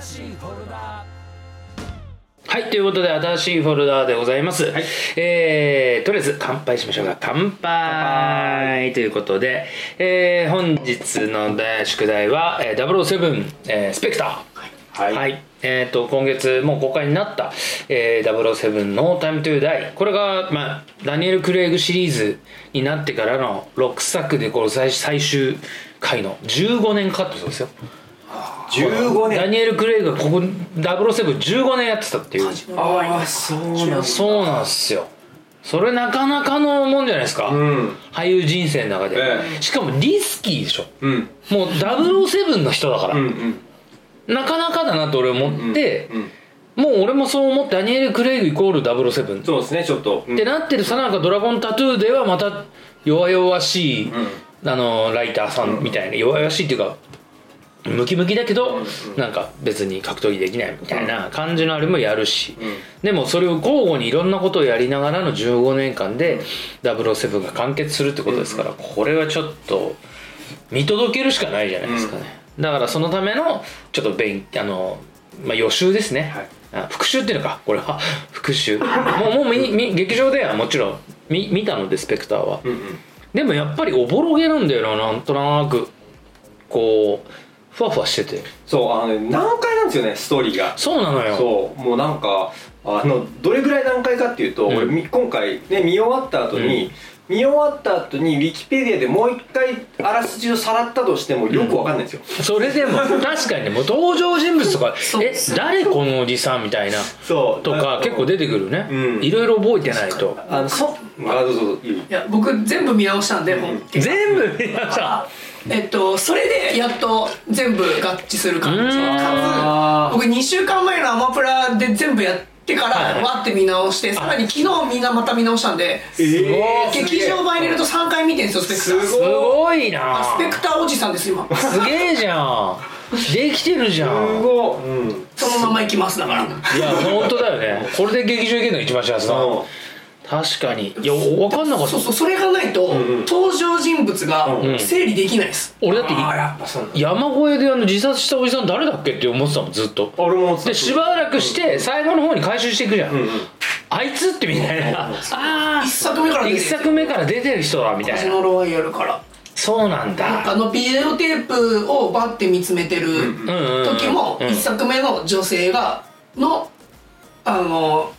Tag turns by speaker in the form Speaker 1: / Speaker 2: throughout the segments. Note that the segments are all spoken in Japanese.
Speaker 1: 新しいフォルダ
Speaker 2: はい、ということで、新しいフォルダーでございます。
Speaker 3: はい
Speaker 2: えー、とりあえず乾杯しましょうか。乾杯ということで、えー、本日の題宿題は、えー、007、えー、スペクター。
Speaker 3: はい
Speaker 2: えー、と今月もう公開になった「えー、007ノータイムトゥーダイ」これが、まあ、ダニエル・クレイグシリーズになってからの6作でこう最最終回の15年かかってそうですよ
Speaker 3: 15
Speaker 2: ダ
Speaker 3: 年
Speaker 2: ニエル・クレイグがここ00715年やってたっていう
Speaker 3: ああそうなん
Speaker 2: そうなんですよそれなかなかのもんじゃないですか、
Speaker 3: ん
Speaker 2: 俳優人生の中で、
Speaker 3: え
Speaker 2: しかもリスキーでしょ
Speaker 3: うん
Speaker 2: もう007の人だから、
Speaker 3: うんうん
Speaker 2: なかなかだなと俺思って、
Speaker 3: うん
Speaker 2: もう俺もそう思ってダニエル・クレイグイコール007
Speaker 3: そうですねちょっとうん
Speaker 2: ってなってるさなかドラゴンタトゥーではまた弱々しい、あのライターさんみたいな弱々しいっていうかムキムキだけど、なんか別に格闘技できないみたいな感じのあれもやるし、でもそれを交互にいろんなことをやりながらの15年間で007が完結するってことですから、これはちょっと見届けるしかないじゃないですかね、だからそのためのちょっと勉あの、まあ、予習ですね、
Speaker 3: はい
Speaker 2: あ復習っていうのかこれは 復習もうもうみみ劇場ではもちろん見見たのでスペクターは、
Speaker 3: うんうん
Speaker 2: でもやっぱりおぼろげなんだよななんとなくこうふわふわしてて
Speaker 3: そうあのね難解なんですよねストーリーが
Speaker 2: そうなのよ
Speaker 3: そうもうなんかあのどれぐらい難解かっていうと、
Speaker 2: うん
Speaker 3: 俺み今回ね見終わった後に、見終わった後にウィキペディアでもう一回あらすじをさらったとしてもよくわかんないんですよ、
Speaker 2: それでも確かにねもう登場人物とか「え誰このおじさん」みたいな
Speaker 3: そう
Speaker 2: とか結構出てくるね、
Speaker 3: うん
Speaker 2: いろいろ覚えてないと
Speaker 3: あのそあどうぞどうぞゆい
Speaker 4: いや僕全部見直したんで、本気
Speaker 2: 全部見ました
Speaker 4: えっとそれでやっと全部合致する感じ
Speaker 2: うーん
Speaker 4: かつ僕2週間前の「アマプラ」で全部やってから
Speaker 2: はい
Speaker 4: わって見直してさらに昨日みんなまた見直したんで
Speaker 3: え
Speaker 4: 劇場版入れると3回見てるんですよスペクター
Speaker 3: す
Speaker 2: すごいな
Speaker 4: スペクターおじさんです今
Speaker 2: すげえじゃんできてるじゃ
Speaker 3: す
Speaker 2: ん
Speaker 3: ごい、うん、
Speaker 4: そのまま行きますだから
Speaker 2: いや本当だよねこれで劇場行けるの一番幸せだ
Speaker 3: うん
Speaker 2: 確かにいや分かんなかった
Speaker 4: そうそうそれがないと、
Speaker 3: んうん
Speaker 4: 登場人物が整理できないです、
Speaker 2: 俺だって
Speaker 3: あやっぱそうなんだ
Speaker 2: 山越えであの自殺したおじさん誰だっけって思ってたもんずっと
Speaker 3: 俺も思ってた
Speaker 2: でしばらくして最後の方に回収していくじゃん、
Speaker 3: うんうん
Speaker 2: あいつってみたいなあ
Speaker 4: 一作目から
Speaker 2: あ
Speaker 4: 出
Speaker 2: 一
Speaker 4: てる
Speaker 2: 作目から出てる人だみた
Speaker 4: カ
Speaker 2: い
Speaker 4: ジ
Speaker 2: な
Speaker 4: ノロワイヤルから
Speaker 2: そうなん
Speaker 4: なんか
Speaker 2: だ
Speaker 4: あのビデオテープをバッて見つめてる
Speaker 2: うんうんうん
Speaker 4: 時も
Speaker 2: うん
Speaker 4: 一作目の女性がのあの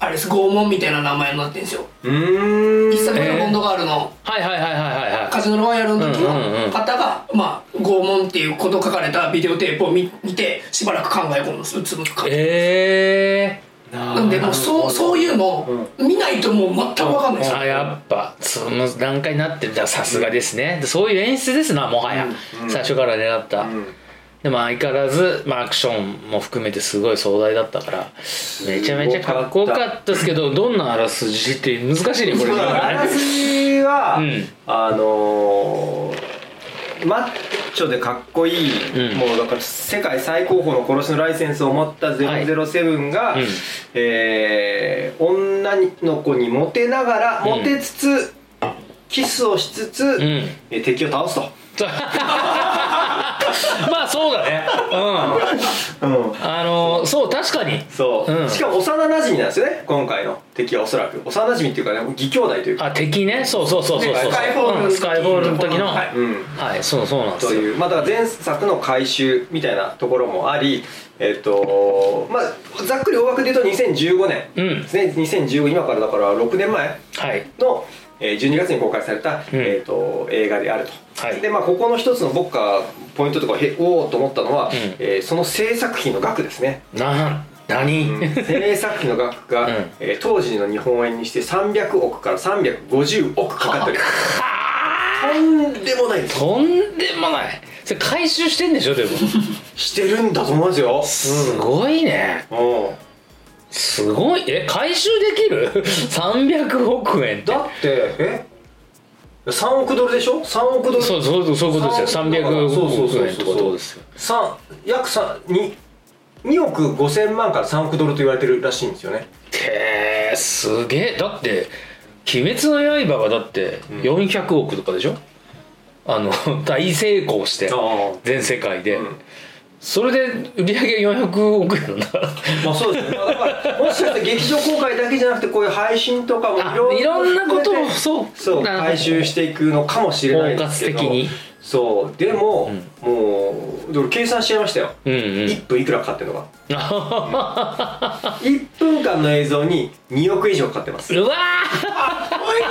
Speaker 4: あれです拷問みたいな名前になってるんですよ
Speaker 3: うーん
Speaker 4: 一作目
Speaker 2: えー
Speaker 4: のボンドガールの
Speaker 2: はいはいはいはいはいは
Speaker 4: カジノロワイヤルの時
Speaker 2: うんうんうん
Speaker 4: の方がまあ拷問っていうこと書かれたビデオテープを見見てしばらく考え込むんですうつむく
Speaker 2: い
Speaker 4: 感じ
Speaker 2: え
Speaker 4: なんでもうそうそういうの見ないともう全く分かんないです
Speaker 2: ー、
Speaker 4: よ
Speaker 2: あやっぱその段階になってるださすがですねでそういう演出ですなもはや、最初から狙った、でも相変わらず、まあ、アクションも含めてすごい壮大だったからめちゃめちゃかっこよかったですけどどんなあらすじって難しいねこれ
Speaker 3: そうだからあらすじは、
Speaker 2: うん
Speaker 3: あのーマッチョでかっこいい、
Speaker 2: うん
Speaker 3: もうだから世界最高峰の殺しのライセンスを持った007が、
Speaker 2: いうん
Speaker 3: えー女の子にモテながら
Speaker 2: うん
Speaker 3: モテつつ、キスをしつつ、
Speaker 2: ん
Speaker 3: えー敵を倒すと、
Speaker 2: まあそうだねうん
Speaker 3: うん、
Speaker 2: あのそう確かに
Speaker 3: そう、
Speaker 2: うん
Speaker 3: しかも幼馴染なんですよね今回の敵はおそらく幼馴染っていうかね義兄弟というか、
Speaker 2: あ敵ねそうそうそうそうそう
Speaker 3: スカイフォールの時
Speaker 2: うんスカイフォールの時の
Speaker 4: は
Speaker 2: はい
Speaker 4: い、
Speaker 3: うん
Speaker 2: そうそうなんで
Speaker 3: と
Speaker 2: すよ
Speaker 3: いうまあだから前作の回収みたいなところもありえっ、とまあざっくり大枠で言うと2015年
Speaker 2: うん
Speaker 3: ですね、2015今からだから6年前
Speaker 2: はい
Speaker 3: のえー12月に公開された、えー、と映画であると、
Speaker 2: はい
Speaker 3: でまあここの一つの僕がポイントとかへおおと思ったのは、
Speaker 2: ん
Speaker 3: えーその制作費の額ですね、
Speaker 2: な何、
Speaker 3: 制作費の額が、
Speaker 2: うん
Speaker 3: えー当時の日本円にして300億から350億かかってるとんでもないです
Speaker 2: とんでもないそれ回収してんでし ょでも
Speaker 3: してるんだと思いますよ
Speaker 2: すごいね
Speaker 3: うん
Speaker 2: すごいえ回収できる 300億円って
Speaker 3: だってえ3億ドルでしょ3億ドル
Speaker 2: そうそうそういうことですよ300億円ってことですよ
Speaker 3: 三約三二二億五千万から三億ドルと言われてるらしいんですよね
Speaker 2: へえすげえだって「鬼滅の刃」がだって400億とかでしょ、あの 大成功して
Speaker 3: ああ
Speaker 2: 全世界で、
Speaker 3: ん
Speaker 2: それで売り上げ400億円なんだ
Speaker 3: まあそうですね、まあ、だからもしかして劇場公開だけじゃなくてこういう配信とかも
Speaker 2: あいろんなことをそう
Speaker 3: そう
Speaker 2: なるほど
Speaker 3: 回収していくのかもしれないですけど
Speaker 2: 包括的に
Speaker 3: そうでも、もうで俺計算しちゃいましたよ、
Speaker 2: うん
Speaker 3: 1分いくらかかってるのか
Speaker 2: うんうわ
Speaker 3: 1分間の映像に2億以上かかってますとん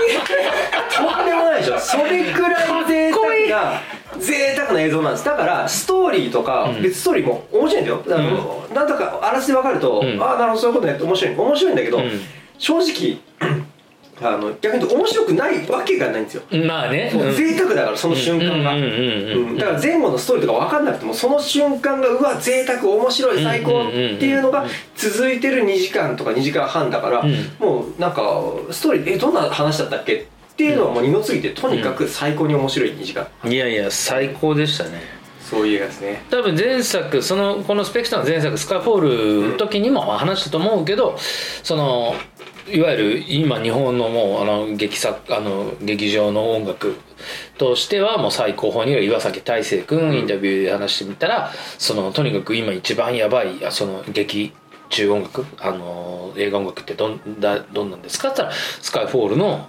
Speaker 3: でもないでしょそれくらい贅沢な贅沢な映像なんですだからストーリーとか、
Speaker 2: ん
Speaker 3: 別にストーリーも面白いんだよだからなんとかあらすじ分かると、
Speaker 2: うん
Speaker 3: ああなるほどそういうことねって面白い面白いんだけど、
Speaker 2: うん
Speaker 3: 正直 あの逆に言うと面白くないわけがないんですよ、
Speaker 2: ーまあね
Speaker 3: もう
Speaker 2: うん
Speaker 3: 贅沢だからその瞬間が、
Speaker 2: うんうんうんうん
Speaker 3: うんだから前後のストーリーとか分かんなくてもその瞬間がうわ贅沢面白い最高っていうのが続いてる2時間とか2時間半だから、
Speaker 2: うん
Speaker 3: もうなんかストーリーえどんな話だったっけっていうのはもう二の次でとにかく最高に面白い2時間、
Speaker 2: いやいや最高でしたね
Speaker 3: そういうやつね
Speaker 2: 多分前作そのこのスペクターの前作「スカイフォール」の時にもまあ話したと思うけどそのいわゆる今日本のもうあの劇作あの劇場の音楽としてはもう最高峰にいる岩崎大成君インタビューで話してみたらそのとにかく今一番やばいあその劇中音楽あの映画音楽ってどんだどんなんですかって言ったら「スカイフォールの」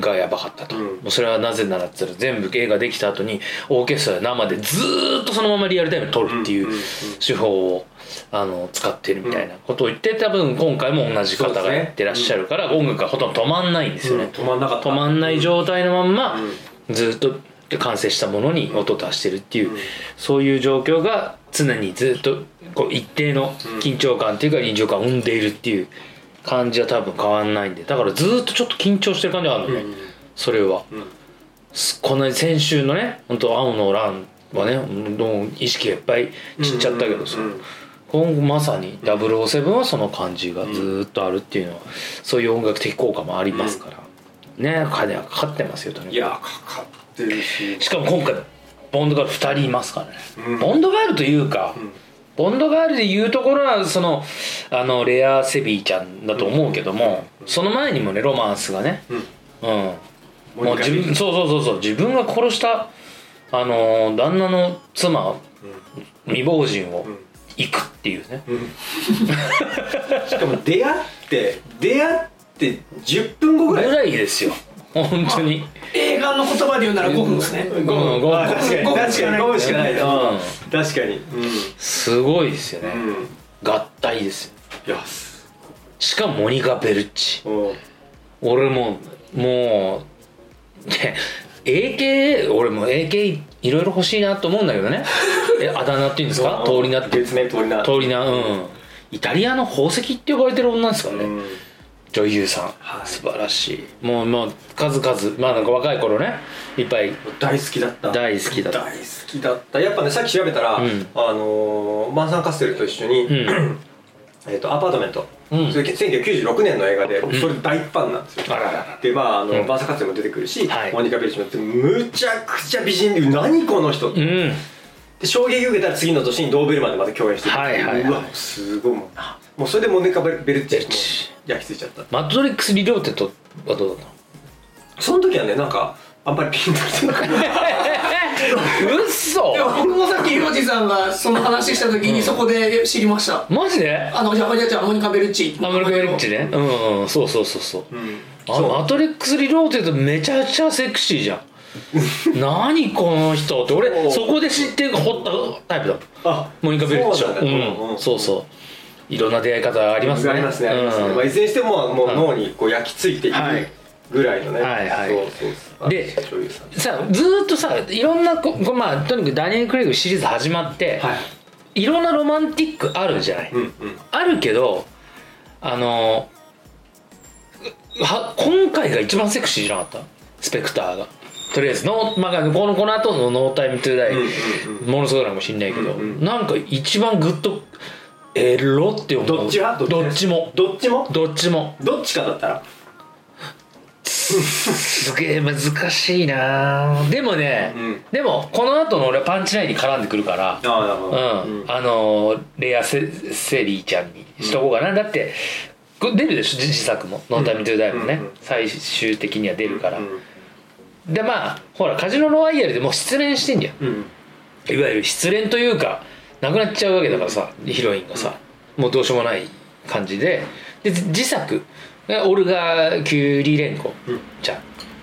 Speaker 2: がやばかったと、
Speaker 3: うん
Speaker 2: もうそれはなぜならって言ったら全部映画できた後にオーケストラ生でずーっとそのままリアルタイムで撮るってい
Speaker 3: んうんう
Speaker 2: うん手法をあの使ってるみたいなことを言って多分今回も同じ方がやってらっしゃるから音楽がほとんど止まんないんですよね、
Speaker 3: うん止まんなかった
Speaker 2: 止まんない状態のまんま
Speaker 3: う
Speaker 2: ずっと完成したものに音を足してるっていう、
Speaker 3: うん
Speaker 2: そういう状況が常にずっとこう一定の緊張感っていうか臨場感を生んでいるっていう感じは多分変わんないんでだからずっとちょっと緊張してる感じはあるのね、
Speaker 3: うん
Speaker 2: それは。
Speaker 3: うん
Speaker 2: すこの先週のね本当青のランはねもう意識がいっぱい散っちゃったけどさ、
Speaker 3: うん
Speaker 2: 今後まさに007はその感じがずーっとあるっていうのは、そういう音楽的効果もありますから、ね金はかかってますよとにかく
Speaker 3: いやかかってるし
Speaker 2: しかも今回ボンドガール2人いますからね、
Speaker 3: うん
Speaker 2: ボンドガールというか、
Speaker 3: ん
Speaker 2: ボンドガールでいうところはそのあのレア・セビーちゃんだと思うけども、その前にもねロマンスがねうん、も
Speaker 3: も
Speaker 2: う
Speaker 3: う一
Speaker 2: 自
Speaker 3: 回
Speaker 2: 分そうそうそうそう自分が殺したあのー旦那の妻、未亡人を
Speaker 3: ん
Speaker 2: 行くっていうね、
Speaker 3: しかも出会って出会って10分後ぐらい
Speaker 2: ぐらいですよ本当に、
Speaker 4: 映画の言葉で言うなら5分ですね
Speaker 3: 5分
Speaker 2: うん五分
Speaker 3: あ確かに
Speaker 4: 五
Speaker 3: 確
Speaker 4: 分しか
Speaker 3: かに
Speaker 4: ない
Speaker 3: 5分しかない、
Speaker 2: うん
Speaker 3: 確かに
Speaker 2: すごいですよね、
Speaker 3: うん、うん
Speaker 2: 合体ですよ
Speaker 3: いや
Speaker 2: しかもモニカ・ベルッチ
Speaker 3: もう
Speaker 2: 俺ももうね AKA 俺も AKA いろいろ欲しいなと思うんだけどねえあだ名っていうんです か通り名って
Speaker 3: 別名通りな
Speaker 2: 通り名うんイタリアの宝石って呼ばれてる女ですからね、
Speaker 3: うん
Speaker 2: 女優さん、
Speaker 3: はい
Speaker 2: 素晴らしいもうもう数々まあなんか若い頃ねいっぱい
Speaker 3: 大好きだった
Speaker 2: 大好きだった
Speaker 3: 大好きだったやっぱねさっき調べたら、
Speaker 2: うん
Speaker 3: あのーマンサンカステルと一緒に、
Speaker 2: うん
Speaker 3: えっとアパートメント、
Speaker 2: うん
Speaker 3: それ1996年の映画で、それ大ファンなんですよ
Speaker 2: あららら
Speaker 3: でまああの、
Speaker 2: うん
Speaker 3: マンサンカステルも出てくるし、
Speaker 2: はい
Speaker 3: モニカ・ベルチも出てむちゃくちゃ美人で何この人、
Speaker 2: うん
Speaker 3: で衝撃受けたら次の年にドーベルマンでまた共演してる
Speaker 2: はいはいはいう
Speaker 3: わすごいもうもうそれでモニカ・ベルッチ
Speaker 2: ベル
Speaker 3: も
Speaker 2: チ
Speaker 3: 焼き付いちゃった
Speaker 2: マトリックス・リローテとはど うだっ
Speaker 3: その時はねなんかあんまりピンときてなかった
Speaker 2: たのうっそ
Speaker 4: でも僕もさっきヒロジさんがその話した時にそこで知りました
Speaker 2: マジで
Speaker 4: あのジャパニアちゃんモニカ・ベルッチ
Speaker 2: マムルク・ベルッチねうん、うん、そうそうそう そう
Speaker 3: うん
Speaker 2: あのマトリックス・リローテとめちゃくちゃセクシーじゃん 何この人って俺そこで知ってる掘ったタイプだもん
Speaker 3: あ
Speaker 2: モニカ・ベルッチ
Speaker 3: そうなんだ
Speaker 2: うんそうそういろんな出会い方ありますね
Speaker 3: ありますねありますね、
Speaker 2: うん
Speaker 3: まあ、いずれにしてももう
Speaker 2: うん
Speaker 3: 脳にこう焼き付いていく
Speaker 2: はい
Speaker 3: ぐらいのね、
Speaker 2: はいはい
Speaker 3: そうそうそう
Speaker 2: で
Speaker 3: あ女優さん
Speaker 2: さずーっとさいろんなここまあとにかくダニエル・クレイグシリーズ始まって、
Speaker 3: はい
Speaker 2: い、ろんなロマンティックあるじゃない、
Speaker 3: うんうん
Speaker 2: あるけどあのーは今回が一番セクシーじゃなかったスペクターがとりあえずノー、まあ、このこの後の「ノータイム・トゥ・ダイ
Speaker 3: うんうん」
Speaker 2: ものすごいのかもしんないけど、
Speaker 3: うんう
Speaker 2: なんか一番グッとエロって思う
Speaker 3: どっちは
Speaker 2: どっちも
Speaker 3: どっちも
Speaker 2: どっちも
Speaker 3: どっちかだったら
Speaker 2: すげえ難しいなでもね、
Speaker 3: うん
Speaker 2: でもこの後の俺はパンチラインに絡んでくるから
Speaker 3: ああなるほ
Speaker 2: う
Speaker 3: ど、
Speaker 2: ん、あのーレアセセリーちゃんにしとこうかな、だってこれ出るでしょ自自作も「ノータイムトゥーダイもね、
Speaker 3: うんうん
Speaker 2: 最終的には出るから、
Speaker 3: うん
Speaker 2: でまあほらカジノロワイヤルでもう失恋してんじゃん
Speaker 3: うん
Speaker 2: いわゆる失恋というかなくなっちゃうわけだからさヒロインがさもうどうしようもない感じでで自作がオルガ・キュリレンコちゃん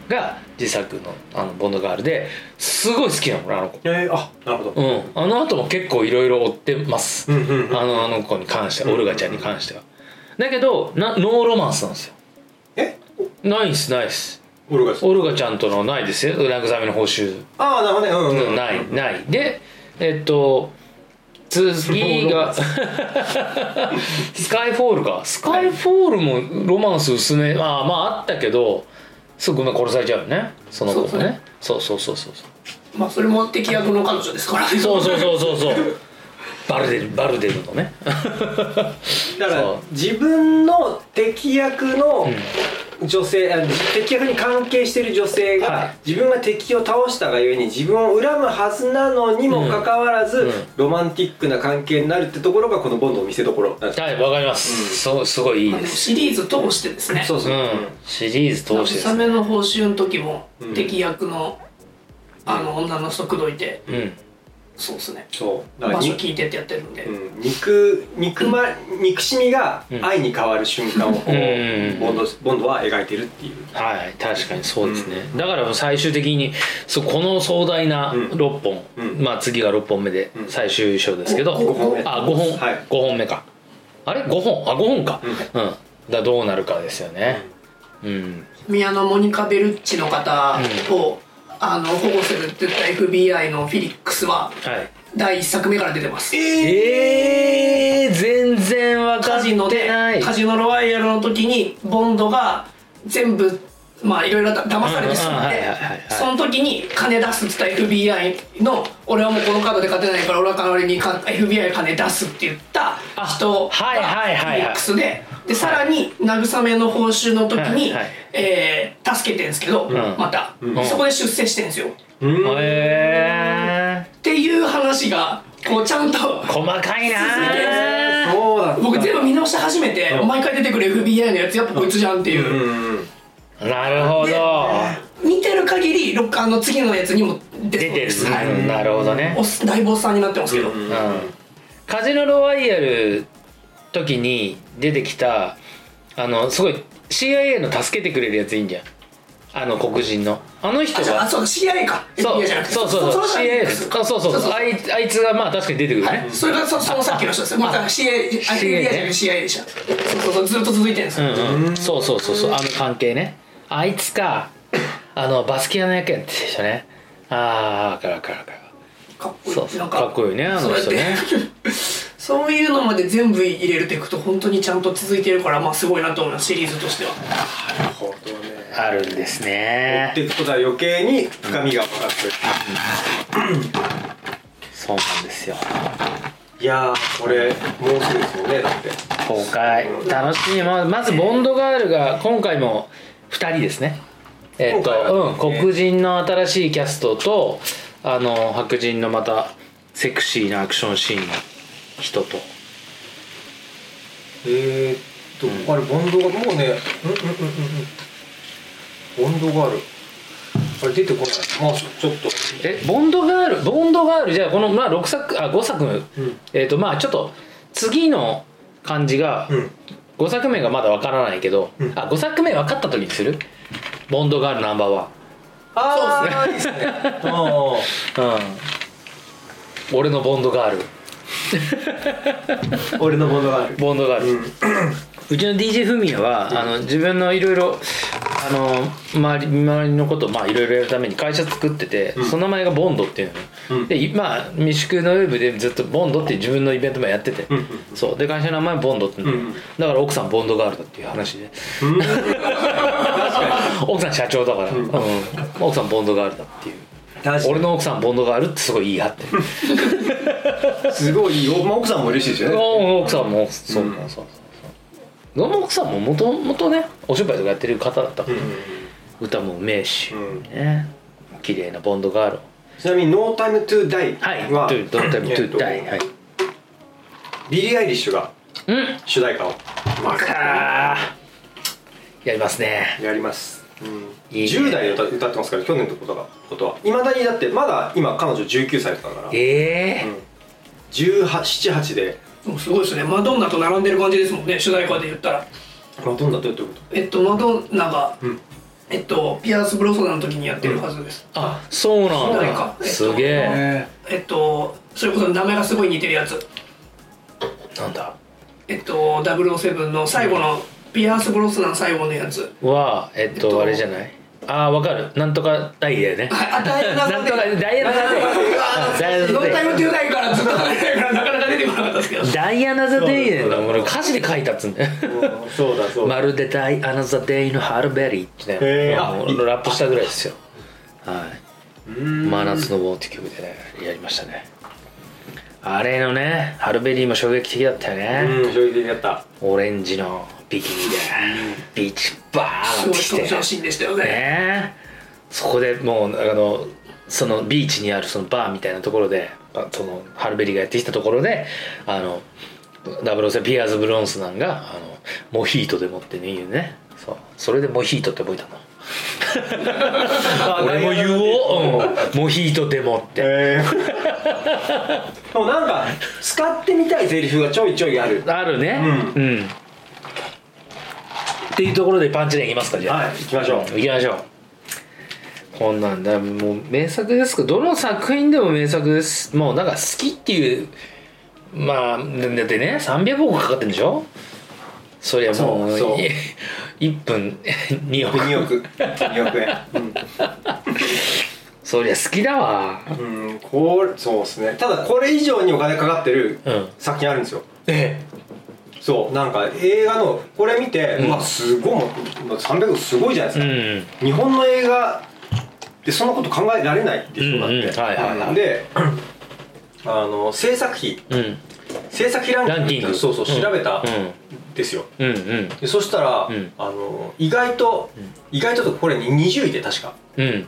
Speaker 2: が自作のあのボンドガールですごい好きなの俺あの子。
Speaker 3: えー、あなるほど、
Speaker 2: うん、あの後も結構いろいろ追ってます、
Speaker 3: うんうんうん
Speaker 2: あのあの子に関してはオルガちゃんに関してはだけどなノーロマンスなんですよ
Speaker 3: え
Speaker 2: ないっすないっす
Speaker 3: オルガです
Speaker 2: オルガちゃんとのないですよ慰めの報酬
Speaker 3: ああなるほどねうんうん、うん、
Speaker 2: ないないでえっと次 がスカイフォールかスカイフォールもロマンス薄めまあまああったけどすぐごめん殺されちゃうよねその子も
Speaker 4: そうそう
Speaker 2: ねそうそうそうそうそう
Speaker 4: まあそれも敵役の彼女ですからね
Speaker 2: そうそうそうそうそうバルデルバルデルのね
Speaker 3: だか
Speaker 2: そう
Speaker 3: ら自分の敵役の女性、あ敵役に関係してる女性が、
Speaker 2: はい
Speaker 3: 自分が敵を倒したがゆえに自分を恨むはずなのにもかかわらず、
Speaker 2: んうん
Speaker 3: ロマンティックな関係になるってところがこのボンドの見せどころなんです
Speaker 2: はいわかります、そうすごいいい
Speaker 4: まあ
Speaker 2: で
Speaker 4: でも
Speaker 2: す、
Speaker 4: シリーズ通してですね
Speaker 3: そうそう、
Speaker 2: うんシリーズ通してで
Speaker 4: サ
Speaker 2: す
Speaker 4: メの報酬の時も
Speaker 3: うん
Speaker 4: 敵役のあの女の人口説いて
Speaker 2: うん
Speaker 4: そうですね
Speaker 3: そうだ
Speaker 4: 場
Speaker 3: から
Speaker 4: 所
Speaker 3: に
Speaker 4: 聞いてってやってるんで
Speaker 3: うん肉肉ま、憎しみが
Speaker 2: うん
Speaker 3: 愛に変わる瞬間をこう、
Speaker 2: うん
Speaker 3: ボンドボンドは描いてるっていう
Speaker 2: はい確かにそうですね、だからもう最終的にそうこの壮大な
Speaker 3: うん
Speaker 2: 6本、
Speaker 3: うん
Speaker 2: まあ次が6本目で
Speaker 3: うん
Speaker 2: 最終章ですけど、
Speaker 4: ごご本
Speaker 3: 目
Speaker 2: あ5本、
Speaker 3: はい
Speaker 2: 五本目かあれ5本あ5本かうん、だからどうなるかですよねうん、
Speaker 4: 宮のモニカ・ベルッチの方をあの保護するって言った FBI のフィリックスは
Speaker 2: はい
Speaker 4: 第一作目から出てます
Speaker 2: えー、全然わか
Speaker 4: カ
Speaker 2: っ
Speaker 4: ジノ
Speaker 2: て
Speaker 4: で
Speaker 2: ない
Speaker 4: カジノロワイヤルの時にボンドが全部まあいろいろだ騙されてしまっ
Speaker 2: う
Speaker 4: て
Speaker 2: んうんはいはいはいはい
Speaker 4: その時に金出すって言った FBI の俺はもうこのカードで勝てないから俺は代わりにか FBI が金出すって言った人が
Speaker 2: はいはいはいはい
Speaker 4: フィリックスででさらに慰めの報酬の時に、
Speaker 2: はいはい
Speaker 4: えー助けてんですけど、また、
Speaker 2: ん
Speaker 4: そこで出世してんですよ、
Speaker 3: うん
Speaker 2: え
Speaker 4: っていう話がこうちゃんと
Speaker 2: ー、細かいなー
Speaker 3: そうだった
Speaker 4: 僕全部見直して初めて毎回出てくる FBI のやつやっぱこいつじゃんっていう、
Speaker 3: うんうんうん
Speaker 2: なるほ
Speaker 4: で
Speaker 2: ど
Speaker 4: 見てる限りロッカーの次のやつにも出
Speaker 2: 出
Speaker 4: そう
Speaker 2: て
Speaker 4: で
Speaker 2: る
Speaker 4: す、はい
Speaker 2: うんなるほどね
Speaker 4: お大坊さんになってますけど、
Speaker 3: うん
Speaker 2: うんカジノロワイヤル時に出てきたあのすごい CIA の助けてくれるやついいんじゃんあの黒人のあの人
Speaker 4: あそう
Speaker 2: が
Speaker 4: あそうだ CIA か
Speaker 2: そう
Speaker 4: FBI じゃなくて
Speaker 2: そうそうそう
Speaker 4: の人が
Speaker 2: CIA
Speaker 4: いい
Speaker 2: で
Speaker 4: です
Speaker 2: すかそうそうそうあいあいつがまあ確かに出てくる
Speaker 4: は
Speaker 2: ね
Speaker 4: い、それがそそのさっきの人ですまた CIA あ
Speaker 2: CIA ね
Speaker 4: FBI じゃなくて CIA でしたそうそうそうずっと続いてるんですよ、
Speaker 2: うんうんそうそうそうそうあの関係ねあいつかあのバスキアの役やってた人ねああからからから
Speaker 4: かっこいい
Speaker 2: そうそう
Speaker 4: なん
Speaker 2: かっこいいねあの人ね
Speaker 4: そうやって そういうのまで全部入れていくと本当にちゃんと続いてるからまあすごいなと思いますシリーズとしては
Speaker 3: なるほどね
Speaker 2: あるんです
Speaker 3: や
Speaker 2: ね
Speaker 3: っていくことは余計に深みが分かってくる
Speaker 2: そうなんですよ
Speaker 3: いやーこれもうすぐですよねだって
Speaker 2: 公開楽しいままずボンドガールが今回も2人ですねえっ、
Speaker 3: 今回は
Speaker 2: と、うん、黒人の新しいキャストとあの白人のまたセクシーなアクションシーンの人と
Speaker 3: えー、っとあれボンドがもうねうんうんうんうんうんボンドがあるあれ出てこないまあちょちょっと
Speaker 2: えボンドガールボンドガールじゃあこの、まあ、6作あ5作、
Speaker 3: ん
Speaker 2: えっ、とまあちょっと次の感じが、
Speaker 3: うん
Speaker 2: 5作目がまだわからないけど、
Speaker 3: うん
Speaker 2: あ5作目分かった時にするボンドガールナンバーワン
Speaker 3: ああいいですねあ
Speaker 2: うん俺のボンドガール
Speaker 3: ー俺のボンドがある
Speaker 2: ボンドガール、うちの DJ フミヤは、あの自分のいろいろあの周り周りのことまあいろいろやるために会社作ってて、その名前がボンドっていうのね、
Speaker 3: うん
Speaker 2: で今未宿のウェブでずっとボンドっていう自分のイベントもやってて、
Speaker 3: んうん
Speaker 2: そうで会社の名前はボンドっていうの、
Speaker 3: うんうん
Speaker 2: だから奥さんボンドガールだっていう話で
Speaker 3: うん確か
Speaker 2: 奥さん社長だから、うん奥さんボンドガールだっていう
Speaker 3: に確か
Speaker 2: 俺の奥さんボンドガールってすごい言い張ってる
Speaker 3: にすごいよ、まあ、奥さんも嬉しいですよね
Speaker 2: うん奥さんもそうそうそうそうどうも奥さんももともとねお芝居とかやってる方だったから、歌もうめえし、
Speaker 3: うん
Speaker 2: ね綺麗なボンドガールを
Speaker 3: ちなみに「ノータイムトゥーダイ
Speaker 2: はい「
Speaker 3: は
Speaker 2: To Don't Time
Speaker 3: えっ
Speaker 2: to
Speaker 3: と
Speaker 2: Die」はい
Speaker 3: ビリー・アイリッシュが
Speaker 2: うん
Speaker 3: 主題歌を
Speaker 2: あーやりますね
Speaker 3: やります、うん、
Speaker 2: いいね
Speaker 3: 10代で歌歌ってますから去年のことがことはいまだにだってまだ今彼女19歳とかだから、
Speaker 2: ええ
Speaker 3: うん1718で
Speaker 4: もうすごいですねマドンナと並んでる感じですもんね主題歌で言ったら
Speaker 3: マドンナどういうこと
Speaker 4: えっとマドンナが、
Speaker 3: ん
Speaker 4: えっとピアース・ブロソナの時にやってるはずです、
Speaker 2: あそう
Speaker 4: そう
Speaker 2: なん
Speaker 4: か
Speaker 2: だすげえ
Speaker 4: ええっとそれこそ名前がすごい似てるやつ
Speaker 2: なんだ
Speaker 4: えっと007の最後の、ピアース・ブロスナの最後のやつ
Speaker 2: はえっ
Speaker 4: えっ
Speaker 2: と
Speaker 4: と
Speaker 2: あれじゃないああわかるなんとかダイヤだよね
Speaker 4: はいあダイヤルナ
Speaker 2: な
Speaker 4: ー
Speaker 2: んとかダイヤルナーデイ
Speaker 4: ノータイムトゥ
Speaker 2: ヤ
Speaker 4: ーダイからずっと離れないからなかなか出てこなかったですけ ど
Speaker 2: ダイアナ・ザ・デイデーだ俺歌詞で書いたっつうんだよ
Speaker 3: そうだそうだ
Speaker 2: まるでダイアナ・ザ・デイのハルベリーって
Speaker 3: へ
Speaker 2: ね
Speaker 3: ー
Speaker 2: あの
Speaker 3: あいい
Speaker 2: ラップしたぐらいですよはい「真夏の棒」って曲でねやりましたねあれのねハルベリーも衝撃的だったよ
Speaker 3: う
Speaker 2: ね
Speaker 3: ん衝撃的だった
Speaker 2: オレンジのビキニでビーチバー
Speaker 4: す
Speaker 2: ンっ
Speaker 4: ご
Speaker 2: て
Speaker 4: い
Speaker 2: きて
Speaker 4: 登場シーンでしたよね
Speaker 2: ねえそこでもうあのそのビーチにあるそのバーみたいなところであそのハルベリーがやってきたところであのダブルセピアーズ・ブロンスなんがあのモヒートでもってね言うねそうそれでモヒートって覚えたの俺も言おう、うん、モヒートでもって
Speaker 3: えーでもなんか使ってみたいセリフがちょいちょいある
Speaker 2: あるねう
Speaker 3: う
Speaker 2: ん、っていうところでパンチでいきますかじゃあ
Speaker 3: はい行きましょう
Speaker 2: 行きましょうこんなんだもう名作ですけどどの作品でも名作ですもうなんか好きっていうまあだってね300億かかってるんでしょそりゃもう
Speaker 3: そうそう
Speaker 2: い1分 2億
Speaker 3: 2億2億円
Speaker 2: そりゃ好きだわ
Speaker 3: うん、うん、これそうですねただこれ以上にお金かかってる
Speaker 2: うん
Speaker 3: 作品あるんですよ
Speaker 2: え
Speaker 3: そうなんか映画のこれ見て、うわすごいもう300億すごいじゃないです
Speaker 2: う
Speaker 3: か、
Speaker 2: ん
Speaker 3: 日本の映画でそんなこと考えられないっていう人があって、
Speaker 2: うんうんはいはいはい
Speaker 3: であの制作費
Speaker 2: うん
Speaker 3: 制作費ランキング
Speaker 2: ランキング
Speaker 3: そうそう
Speaker 2: うん
Speaker 3: 調べたん
Speaker 2: う
Speaker 3: ですよ、
Speaker 2: んうん
Speaker 3: でそしたら、
Speaker 2: うん
Speaker 3: あの意外と、意外ととこれ20位で確か
Speaker 2: うんうん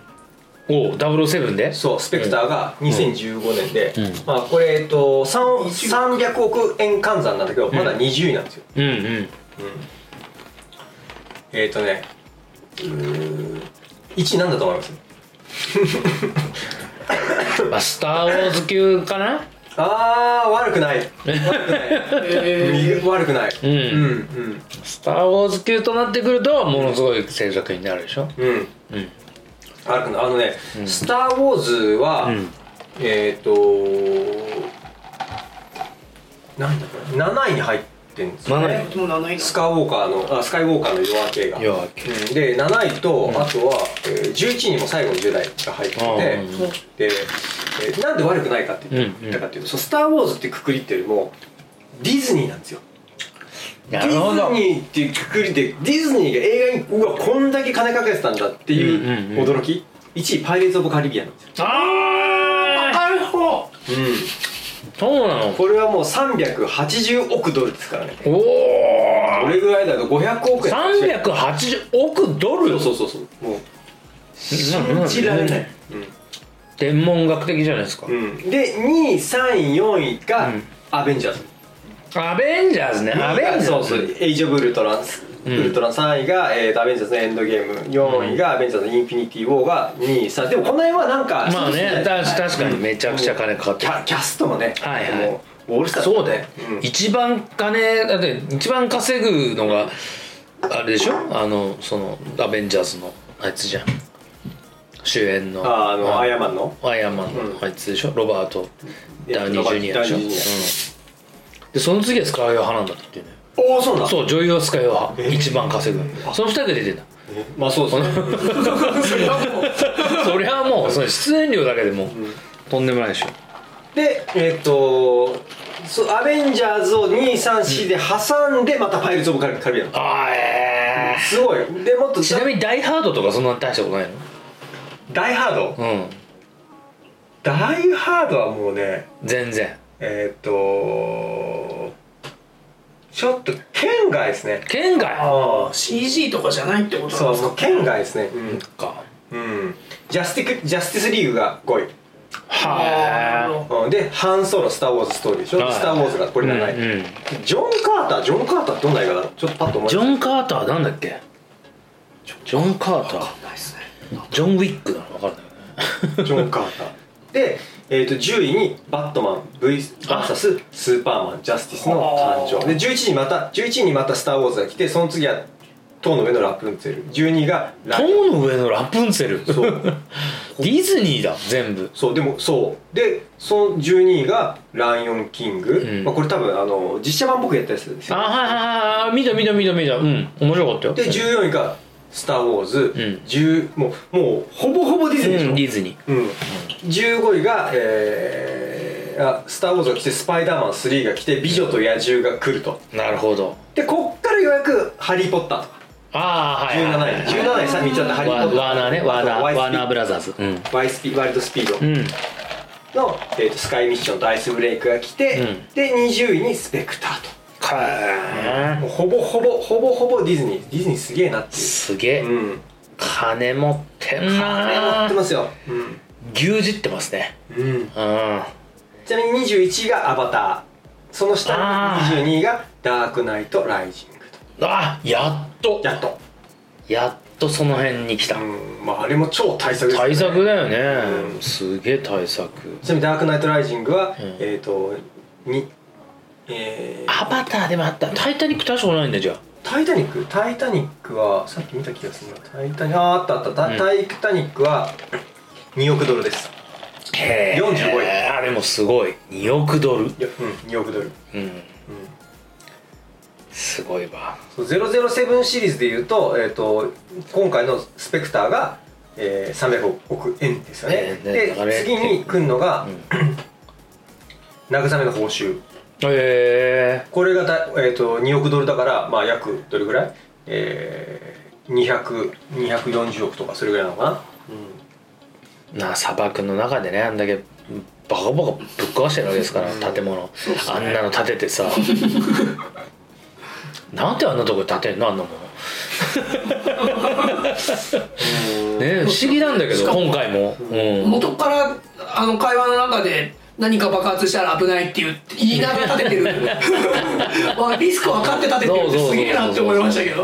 Speaker 2: おダブルセブンで
Speaker 3: そうスペクターが2015年で、
Speaker 2: うん
Speaker 3: まあ、これ、えっと、3 300億円換算なんだけどまだ20位なんですよ、
Speaker 2: うんうん
Speaker 3: えっ、とねうーん1位なんだと思います
Speaker 2: まあ、スター・ウォーズ級かな
Speaker 3: あー悪くない悪くない
Speaker 4: え
Speaker 3: うん悪くない
Speaker 2: うん
Speaker 3: うん
Speaker 2: スター・ウォーズ級となってくるとものすごい制作になるでしょ
Speaker 3: うんうん
Speaker 2: うん
Speaker 3: 悪くないあのね「スター・ウォーズは」
Speaker 2: うん
Speaker 3: えっ、となんだこれ7位に入ってんですよ
Speaker 2: 7
Speaker 3: ね
Speaker 2: 位
Speaker 4: ー、もう7位
Speaker 3: スカーウォーカーのあスカイウォーカーの夜明けが
Speaker 2: 夜明け
Speaker 3: うんで7位と、あとは、えー11位にも最後の10代が入ってて、
Speaker 2: うん
Speaker 4: の
Speaker 3: で、えーなんで悪くないかって言
Speaker 2: うんうん
Speaker 3: ったかっていうと「そうスター・ウォーズ」ってくくりっていうよりもディズニーなんですよデ
Speaker 2: な
Speaker 3: ィ
Speaker 2: るほど
Speaker 3: ズニーっていうくくりでディズニーが映画にうわこんだけ金かけてたんだってい
Speaker 2: うん
Speaker 3: う
Speaker 2: うんうん
Speaker 3: 驚き、1位「パイレーツ・オブ・カリビアン」なんですよ、
Speaker 2: ああ
Speaker 4: あれほ
Speaker 2: そうなの
Speaker 3: これはもう380億ドルですからね
Speaker 2: お
Speaker 3: ど
Speaker 2: お
Speaker 3: れぐらいだと500億円
Speaker 2: 380億ドル
Speaker 3: そうそうそうそうもう
Speaker 2: 信
Speaker 3: 信じられない、うん
Speaker 2: 天文学的じゃないですか、
Speaker 3: で2位3位4位が
Speaker 2: うん
Speaker 3: アベンジャーズ、
Speaker 2: アベンジャーズねアベンジャーズ
Speaker 3: そうそうエイジ・オブ・ウルトランス、
Speaker 2: うん
Speaker 3: ウルトラン3位が、えーとアベンジャーズのエンドゲーム4位がアベンジャーズのインフィニティ・ウォーが2位3位でもこの辺はなんか
Speaker 2: まあねた確かにめちゃくちゃ金かかって
Speaker 3: キ
Speaker 2: る
Speaker 3: ャキャストもね、
Speaker 2: はいはい
Speaker 3: もうオールスター
Speaker 2: そうだよ、
Speaker 3: うん
Speaker 2: 一番金だって一番稼ぐのがあれでしょあのそのアベンジャーズのあいつじゃん主演の
Speaker 3: ああのアイアン
Speaker 2: ン
Speaker 3: マンの
Speaker 2: アイアンマンのあいつでしょ、ロバート・ダウニー・ジュニアでしょ、
Speaker 3: ダ
Speaker 2: う
Speaker 3: ウニー
Speaker 2: ん
Speaker 3: ジュニ
Speaker 2: でその次はスカイヨ派なんだって言ってね
Speaker 3: おおそうなんだ
Speaker 2: そう女優はスカイヨ派、
Speaker 3: えー
Speaker 2: 一番稼ぐその二人が出てんだ
Speaker 3: まあそう ですね
Speaker 4: うそれはもう
Speaker 2: そりゃもうその出演料だけでもう、とんでもないでしょ
Speaker 3: でえっ、とそうアベンジャーズを234で挟んでまたパイルズ・オブ・カリカリビアン
Speaker 2: あーえ
Speaker 3: すごいでもっと
Speaker 2: ー、ちなみに「ダイ・ハード」とかそんな大したことない
Speaker 3: ダイハード、
Speaker 2: のうん
Speaker 3: ダイハードはもうね
Speaker 2: 全然
Speaker 3: えーっ、とちょっと県外ですね
Speaker 2: 県外
Speaker 3: あ
Speaker 4: CG とかじゃないってことな
Speaker 3: そ
Speaker 4: ん
Speaker 3: う
Speaker 4: です
Speaker 3: そ
Speaker 4: か
Speaker 3: う県外ですね
Speaker 2: か
Speaker 3: うん、うん、ジャスティクジャスティスリーグが5位、
Speaker 4: あーなるほ
Speaker 2: は
Speaker 4: ど
Speaker 3: うん、でハンソロ「スター・ウォーズ」ストーリーでしょ、
Speaker 2: はい
Speaker 3: スター・ウォーズ」がこれ7位、
Speaker 2: うんうん
Speaker 3: ジョン・カータージョン・カーターってどんな映画だろうちょっとパッと
Speaker 2: い
Speaker 3: 思い
Speaker 2: ジョ
Speaker 3: ン
Speaker 2: ン・カーターなんだっけジョン・カーター
Speaker 4: ないっすね
Speaker 2: ジョン・ウィックなの分かるんだよね
Speaker 3: ジョン・カーターでえー、と10位に「バットマン VS スーパーマンジャスティス」の誕生で11位にまた11位にまた「スター・ウォーズ」が来てその次は「塔の上のラプンツェル」12位がライオン
Speaker 2: 塔の上のラプンツェル
Speaker 3: そう
Speaker 2: ディズニーだ全部
Speaker 3: そうでもそうでその12位が「ライオンキング」
Speaker 2: うん
Speaker 3: まあ、これ多分あの実写版僕やったやつです
Speaker 2: あ
Speaker 3: よ
Speaker 2: はいはいはい見た見た見た見たうん面白かったよ
Speaker 3: で14位が「スター・ウォーズ」
Speaker 2: ん
Speaker 3: 10もうもうほぼほぼディズニーでしょ、
Speaker 2: うんディズニー
Speaker 3: うん、15位が、えーあ「スター・ウォーズ」が来て「スパイダーマン3」が来て「美女と野獣」が来ると
Speaker 2: なるほど
Speaker 3: でこっからようやく「ハリー・ポッター」とか
Speaker 2: ああはいはい
Speaker 3: 17位17位さっき言っちゃった「ハリー・
Speaker 2: ワ
Speaker 3: ポッター」
Speaker 2: ワーナーねワーナー
Speaker 3: そう
Speaker 2: ワ
Speaker 3: イスピ
Speaker 2: ーナーブラザーズうん
Speaker 3: ワイスピワイルドスピード
Speaker 2: うん
Speaker 3: の、えーとスカイミッションとアイスブレイクが来て、
Speaker 2: うん
Speaker 3: で20位にスペクター
Speaker 2: か
Speaker 3: と
Speaker 2: ー
Speaker 3: もうほぼほぼほぼほぼディズニーディズニーすげえなってい
Speaker 2: すげえ、
Speaker 3: ううん
Speaker 2: 金持ってん
Speaker 3: や
Speaker 2: な
Speaker 3: ってますよ、うん
Speaker 2: 牛耳ってますね
Speaker 3: うん、
Speaker 2: うん
Speaker 3: ちなみに21位が「アバター」その下
Speaker 2: あー
Speaker 3: に22位が「ダークナイト・ライジング」と
Speaker 2: あやっと
Speaker 3: やっと
Speaker 2: やっとその辺に来た、
Speaker 3: うんまああれも超大作ですね
Speaker 2: 対策だよね、
Speaker 3: うん
Speaker 2: すげえ対策
Speaker 3: ちなみに「ダークナイト・ライジングは」
Speaker 2: ん
Speaker 3: えっ、とにえー
Speaker 2: アバターでもあった「タイタニック」大したことないんだじゃあ
Speaker 3: タイタニックタイタニックはさっき見た気がするなタイタニックああったあったタ,、
Speaker 2: うん
Speaker 3: タイタニックは2億ドルです
Speaker 2: へえ
Speaker 3: 45位
Speaker 2: あれもすごい2億ドル
Speaker 3: いやうん2億ドル、うん、
Speaker 2: うんすごいわ
Speaker 3: そう007シリーズでいうと,、えー、と今回の「スペクターが」えー、300億円ですよね
Speaker 2: え、ーねだから
Speaker 3: で
Speaker 2: ね
Speaker 3: 次に来るのが、慰めの報酬
Speaker 2: へえ
Speaker 3: これがだ、えー、と2億ドルだから、まあ、約どれぐらい、えー、200?240 億とかそれぐらいなのかな、
Speaker 2: なあ砂漠の中でねあんだけバカバカぶっ壊してるわけですから建物あんなの建ててさなんであんなとこで建てんのあんなものねえ不思議なんだけど
Speaker 4: しかも
Speaker 2: 今回も、うん、
Speaker 4: 元からあの会話の中で何か爆発したら危ないって言う言いながら立て てるまあリスク分かって立ててるってすげえなって思いましたけど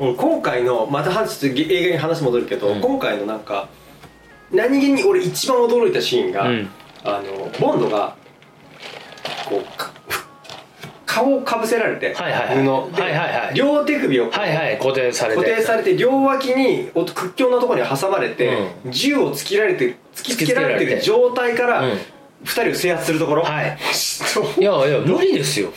Speaker 2: うん
Speaker 3: 俺今回のまた話ちょっと映画に話戻るけど、
Speaker 2: ん
Speaker 3: 今回のなんか何気に俺一番驚いたシーンが、
Speaker 2: うん
Speaker 3: あのボンドがこうか顔をかぶせられて、
Speaker 2: はいはいはい
Speaker 3: 布で、
Speaker 2: はいはいはい
Speaker 3: 両手首を
Speaker 2: はいはい固定されて
Speaker 3: 固定されて両脇にお屈強なところに挟まれて、銃を突きられて突きつけられて
Speaker 2: 突きつけられ
Speaker 3: る
Speaker 2: て
Speaker 3: 状態から
Speaker 2: うん
Speaker 3: 二人を制圧するところ、
Speaker 2: はい
Speaker 3: そう
Speaker 2: いやいや無理です よ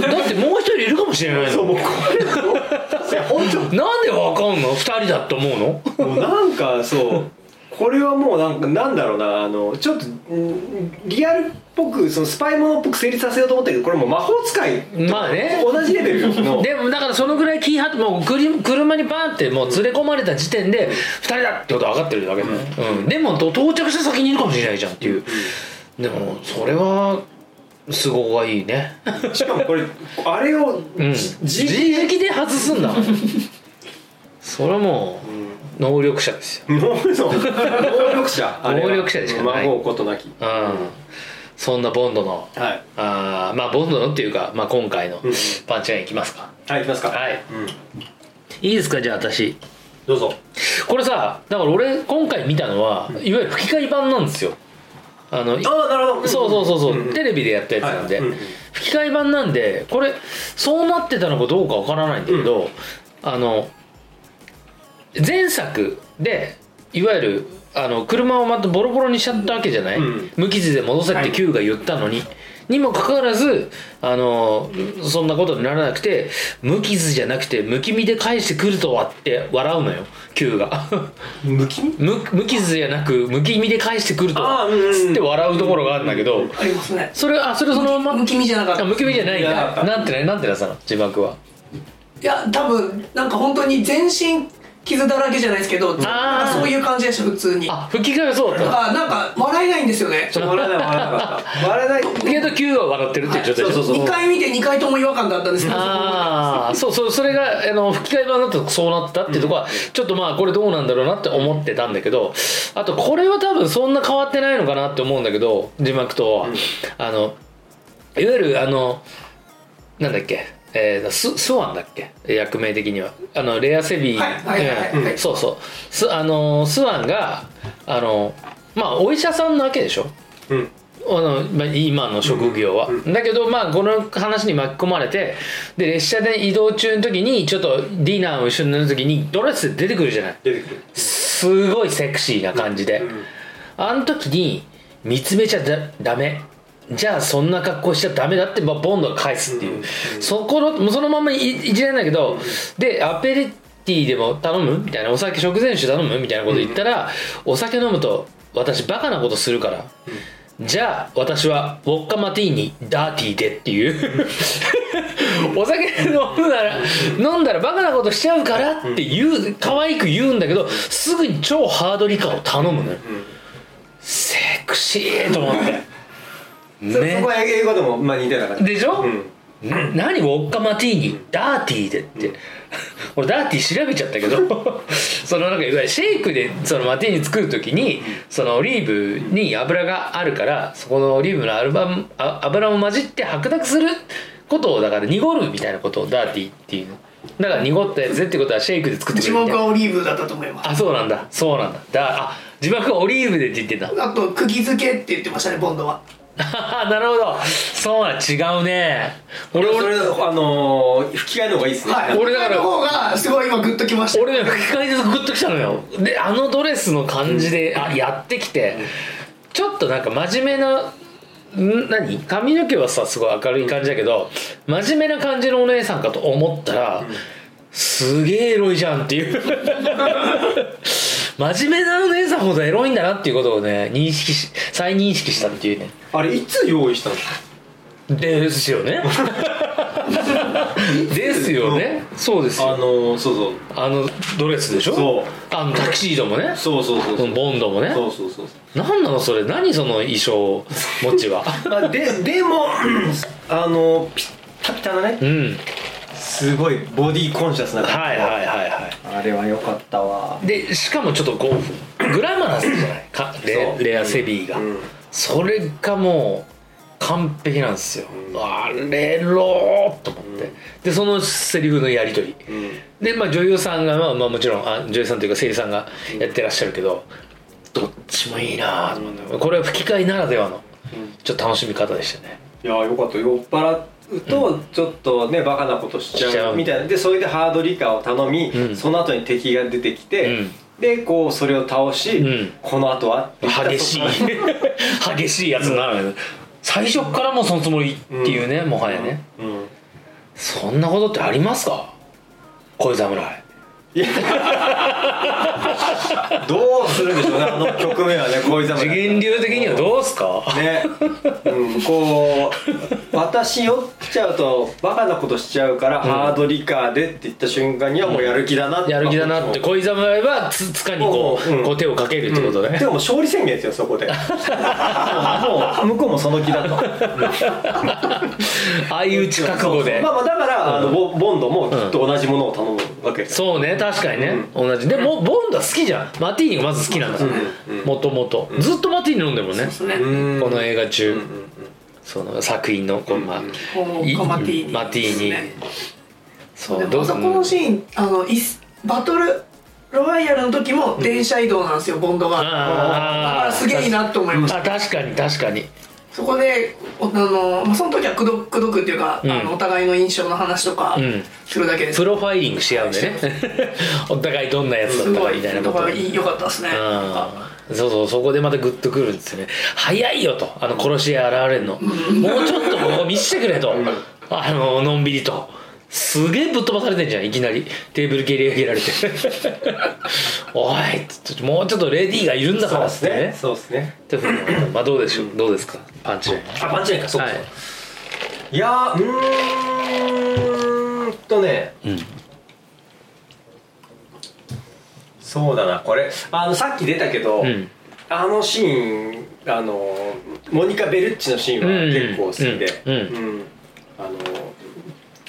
Speaker 2: だってもう一人いるかもしれない
Speaker 3: そうもう
Speaker 2: の
Speaker 3: これ もういや本当
Speaker 2: なんでわかんの二人だと思うの
Speaker 3: もうなんかそうこれはもうなんかなんだろうなあのちょっとうんリアルっぽくそのスパイものっぽく成立させようと思ったけどこれもう魔法使いと
Speaker 2: まあね
Speaker 3: 同じレベルよの
Speaker 2: でもだからそのぐらい気張ってもうくり車にバーンってもう連れ込まれた時点で2人だってことは分かってるだけで、うんでもと到着した先にいるかもしれないじゃんっていう、でもそれは都合がいいね、
Speaker 3: しかもこれあれを
Speaker 2: うん、
Speaker 3: じ
Speaker 2: 自力で外すんだもんそれはもう能力者ですよ
Speaker 3: 能力者能力者あれは
Speaker 2: 能力者でしかない
Speaker 3: 魔法ことなき
Speaker 2: うん、そんなボンドの
Speaker 3: はい
Speaker 2: あーまあボンドのっていうか、まあ、今回の
Speaker 3: うん
Speaker 2: パンチラインいきますか、
Speaker 3: はい行きますか
Speaker 2: はい
Speaker 3: うん
Speaker 2: いいですかじゃあ私
Speaker 3: どうぞ
Speaker 2: これさだから俺今回見たのは、いわゆる吹き替え版なんですよあの
Speaker 3: ああなるほど
Speaker 2: そうそうそうそう、
Speaker 3: んん
Speaker 2: テレビでやったやつなんで、
Speaker 3: はいうんうん
Speaker 2: 吹き替え版なんでこれそうなってたのかどうかわからないんだけど、あの前作でいわゆるあの車をまたボロボロにしちゃったわけじゃない、
Speaker 3: うん
Speaker 2: 無傷で戻せって Q が言ったのに、にもかかわらずあのそんなことにならなくて無傷じゃなくてむき身で返してくるとはって笑うのよ Q が
Speaker 3: むきみ
Speaker 2: 無無傷じゃなくむき身で返してくると
Speaker 3: あ
Speaker 2: は
Speaker 3: ーうんうん
Speaker 2: つって笑うところがあるんだけど、
Speaker 4: ありますね
Speaker 2: それあそれそのまま
Speaker 4: むき身じゃなかった
Speaker 2: あむき身じゃないん
Speaker 3: むき身じゃなか
Speaker 2: だ
Speaker 3: った
Speaker 2: なんてないなんてなさの字幕はい
Speaker 4: や多分なんか本当に全身傷だらけじゃないですけどなんかそういう感じでした普通にあ
Speaker 2: あ吹き替えはそうだった
Speaker 4: なんか笑えないんですよね
Speaker 3: ちょっと笑えない笑えなかった笑えない
Speaker 2: けど9は笑ってるっていう状態でしょ
Speaker 3: そう
Speaker 4: 2回見て2回とも違和感だったんですけど
Speaker 2: ああそうそうそれがあの吹き替え版だとそうなったっていうとこは、ちょっとまあこれどうなんだろうなって思ってたんだけどあとこれは多分そんな変わってないのかなって思うんだけど字幕とは、あのいわゆるあのなんだっけえー、ススワンだっけ役名的にはあのレアセビー
Speaker 4: はいはいはいはい
Speaker 2: うんそうそうス,、あのースワンがあのーまあお医者さんなわけでしょ
Speaker 3: うん
Speaker 2: あのまあ今の職業は、だけどまあこの話に巻き込まれてで列車で移動中の時にちょっとディナーを一緒になる時にドレスで出てくるじゃない
Speaker 3: 出てくる
Speaker 2: すごいセクシーな感じで、
Speaker 3: ん
Speaker 2: あの時に見つめちゃだダメじゃあそんな格好しちゃダメだって、まあ、ボンドが返すっていう、
Speaker 3: うん
Speaker 2: そこのもうそのままいいじられないんだけど、でアペリティでも頼むみたいなお酒食前酒頼むみたいなこと言ったら、お酒飲むと私バカなことするから、じゃあ私はウォッカマティーニダーティーでっていうお酒飲むなら飲んだらバカなことしちゃうからって言う可愛く言うんだけどすぐに超ハードリカを頼むのよ、セクシーと思って
Speaker 3: そそ
Speaker 2: ね
Speaker 3: こは英語でもまあ似たような感じ
Speaker 2: でしょ、
Speaker 3: うん
Speaker 2: な何ウォッカマティーニダーティーでって、俺ダーティー調べちゃったけど そのなんかいわゆるシェイクでそのマティーニ作る時にそのオリーブに油があるからそこのオリーブのアルバムあ油も混じって白濁することをだから濁るみたいなことをダーティーっていうのだから濁ったやつでってことはシェイクで作ってく
Speaker 4: 字
Speaker 2: れるみた
Speaker 4: 幕
Speaker 2: いな
Speaker 4: はオリーブだったと思います
Speaker 2: あそうなんだそうなんだだあ字幕はオリーブでって言ってんだ
Speaker 4: あと釘付けって言ってましたねボンドは
Speaker 2: あーなるほどそうなん違うね俺
Speaker 3: 俺
Speaker 2: 俺
Speaker 3: それあのー吹き替えの方がいいですね
Speaker 4: はい
Speaker 2: 俺だから
Speaker 4: の方がすごい今グッときました
Speaker 2: 俺ね吹き替えでグッときたのよであのドレスの感じで、あやってきて、ちょっとなんか真面目なん何髪の毛はさすごい明るい感じだけど、真面目な感じのお姉さんかと思ったら、すげえエロいじゃんっていう 真面目なお姉さんほどエロいんだなっていうことをね認識し再認識したっていうね
Speaker 3: あれいつ用意したんですか
Speaker 2: ですよ ねですよねそうです
Speaker 3: あ
Speaker 2: よ
Speaker 3: のーそうそう
Speaker 2: あのドレスでしょ
Speaker 3: そう
Speaker 2: あのタキシードもね
Speaker 3: そうそうそうそう
Speaker 2: うんボンドもね
Speaker 3: そうそうそうそう
Speaker 2: 何なのそれ何その衣装持ち は
Speaker 3: まあででも あのピッタピタのね
Speaker 2: うん
Speaker 3: すごいボディコンシャスな感
Speaker 2: はいはいはいは
Speaker 3: じあれは良かったわ
Speaker 2: いでしかもちょっとこうグラマラスじゃないかレ
Speaker 3: そう
Speaker 2: レアセビーが、
Speaker 3: うん
Speaker 2: それがもう完璧なんですよ、あれろーと思って、でそのセリフのやり取り、
Speaker 3: うん
Speaker 2: で、まあ、女優さんが、まあ、まあもちろんあ女優さんというか声優さんがやってらっしゃるけど、どっちもいいなと思って、これは吹き替えならではのちょっと楽しみ方でしたね
Speaker 3: いやーよかった酔っ払うとちょっとね、バカなことしち
Speaker 2: しちゃ
Speaker 3: ゃ
Speaker 2: う
Speaker 3: うみたいなでそれでハードリカーを頼み、
Speaker 2: うん
Speaker 3: その後に敵が出てきて、
Speaker 2: うん
Speaker 3: でこうそれを倒し、
Speaker 2: うん
Speaker 3: この後はって言った
Speaker 2: 激しい
Speaker 3: そこ
Speaker 2: 激しいやつになる、最初っからもうそのつもりっていうね、もはやね
Speaker 3: うんうん
Speaker 2: そんなことってありますか恋侍
Speaker 3: いやどうするんでしょうねあの局面はねこういう
Speaker 2: 次元流的にはどうすか
Speaker 3: ね、うん、こう私酔っちゃうとバカなことしちゃうから、ハードリカーでって言った瞬間にはもうやる気だなって、
Speaker 2: やる気だなって恋侍はつつかにこう,、
Speaker 3: うん
Speaker 2: こう手をかけるってことね、
Speaker 3: でももう勝利宣言ですよそこ でもう向こうもその気だと
Speaker 2: 相打ち覚悟で
Speaker 3: まあまあだから、あのボボンドもきっと同じものを頼むわけですよ、
Speaker 2: そうね確かにね、同じでもボンドは好きじゃんマティーニがまず好きなんだ
Speaker 3: うんうん
Speaker 2: もともとずっとマティーニ飲んでるもんね
Speaker 4: そうです
Speaker 3: う
Speaker 4: ね
Speaker 3: ん
Speaker 2: この映画中、
Speaker 3: うんうん
Speaker 2: その作品のこう、まあ
Speaker 4: この
Speaker 2: い
Speaker 4: マティーニ
Speaker 2: マティーニ
Speaker 4: ですね
Speaker 2: そ
Speaker 4: で
Speaker 2: うどう
Speaker 4: もあそこのシーンあのいすバトルロワイヤルの時も電車移動なんですよ、ボンドがだ
Speaker 2: あー
Speaker 4: からすげえいいなと思いました
Speaker 2: あ確かに確かに
Speaker 4: そこでおあの、まあ、その時はくどくどくっていうか、
Speaker 2: ん
Speaker 4: あのお互いの印象の話とか
Speaker 2: ん
Speaker 4: するだけです、
Speaker 2: プロファイリングし合うんでね お互いどんなやつだ
Speaker 4: す
Speaker 2: った
Speaker 4: ご
Speaker 2: か
Speaker 4: い
Speaker 2: みたいな
Speaker 4: と
Speaker 2: こと
Speaker 4: ころいい良かったですねなんか
Speaker 2: うんそうそうそこでまたグッとくるんですよね早いよとあの殺し屋現れるのもうちょっとここ見せてくれとあののんびりとすげえぶっ飛ばされてんじゃんいきなりテーブル蹴り上げられて おいちょっともうちょっとレディーがいるんだ
Speaker 3: そ
Speaker 2: か
Speaker 3: う
Speaker 2: ら
Speaker 3: で
Speaker 2: っ
Speaker 3: す
Speaker 2: て
Speaker 3: ね
Speaker 2: ね
Speaker 3: そうですね
Speaker 2: ってふうに思ったまあどうでしょうどうですかパンチライン
Speaker 3: あパンチラインかそうか、
Speaker 2: はい
Speaker 3: い、やーうーんとね、
Speaker 2: ん
Speaker 3: そうだなこれあのさっき出たけど、
Speaker 2: うん
Speaker 3: あのシーンあのモニカ・ベルッチのシーンは結構好きで、
Speaker 2: うん
Speaker 3: うんあの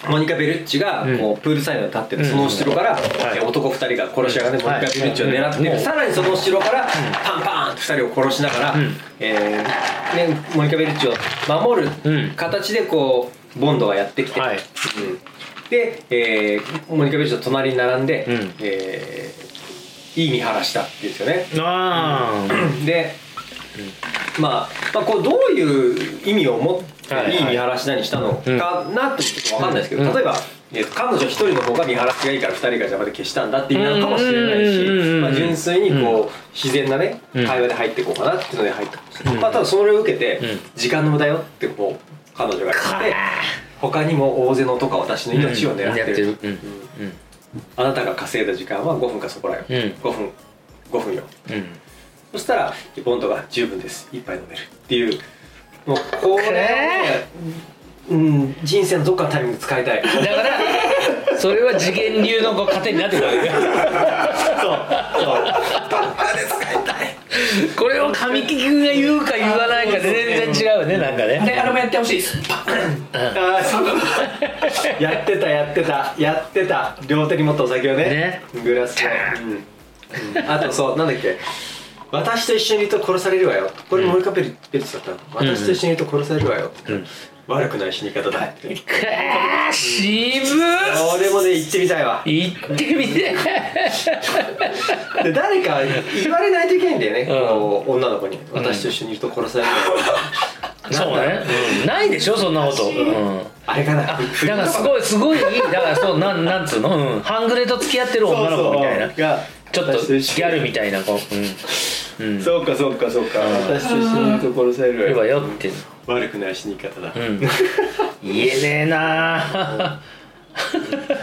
Speaker 3: モニカ・ベルッチがこうプールサイドに立ってて、
Speaker 2: うん
Speaker 3: その後ろから、
Speaker 2: い
Speaker 3: 男2人が殺し屋がね、
Speaker 2: うん
Speaker 3: モニカ・ベルッチを狙ってて、
Speaker 2: はい
Speaker 3: さらにその後ろからパンパーンって2人を殺しながら、
Speaker 2: うん
Speaker 3: えーね、モニカ・ベルッチを守
Speaker 2: うん
Speaker 3: る形でこうボンドがやってきて、
Speaker 2: はい
Speaker 3: うんで、えーモニカ・ベルッチと隣に並んで、
Speaker 2: うん
Speaker 3: えーいい見晴らしだっていうんですよね。
Speaker 2: ああ
Speaker 3: でまあ、まあ、こうどういう意味を持って
Speaker 2: はいはい
Speaker 3: いい見晴らしなにしたのかなってちょっと分かんないですけど、例えば。えっと彼女一人の方が見晴らしがいいから二人が邪魔で消したんだって意味なのかもしれないし
Speaker 2: うんうんうんうん
Speaker 3: まあ純粋にこう自然なね
Speaker 2: うん
Speaker 3: 会話で入っていこうかなっていうので入ったんですよまあただそれを受けて
Speaker 2: うん
Speaker 3: 時間の無駄よってこう彼女が言って他にも大勢のとか私の命を狙ってる
Speaker 2: うん狙ってるうん
Speaker 3: あなたが稼いだ時間は5分かそこらよ、
Speaker 2: うん
Speaker 3: 5分5分よ
Speaker 2: うん
Speaker 3: そしたらボンドが十分です一杯飲めるっていうもうこれをね、うん、人生のどっかのタイミングで使いたいそう
Speaker 2: だからそれは次元流のこう糧になってくるわけこれを神木君が言うか言わないかで全然違うよねなんか
Speaker 4: あ
Speaker 2: ね
Speaker 4: れあれもやってほしいです
Speaker 3: あーそうやってたやってたやってた両手に持ったお酒をねグラスで、うんうんあとそうなんだっけ私と一緒にいると殺されるわよこれモルカペルペルツだったの私と一緒にいると殺されるわよって言ったら悪くない死に方だって
Speaker 2: くー渋っ
Speaker 3: 俺もね行ってみたいわ
Speaker 2: 行ってみて
Speaker 3: で誰か言われないといけないんだよね、
Speaker 2: うん
Speaker 3: こう女の子に私と一緒にいると殺され るから
Speaker 2: そうね、うんないでしょそんなこと、うん
Speaker 3: あれかなふ
Speaker 2: だからすごいすごいいいだからそうなんなんつうの、うん、半グレと付き合ってる女の子みたいな
Speaker 3: そうそうが
Speaker 2: ちょっと
Speaker 3: 私
Speaker 2: ギ
Speaker 3: 一緒に
Speaker 2: ャルみたいな子うん、うん、
Speaker 3: そうかそうかそうか、私と一緒にいると殺され
Speaker 2: 言え
Speaker 3: るわ
Speaker 2: ば
Speaker 3: よ
Speaker 2: よって
Speaker 3: 悪くない死に方 だ、
Speaker 2: うん言えねえなあ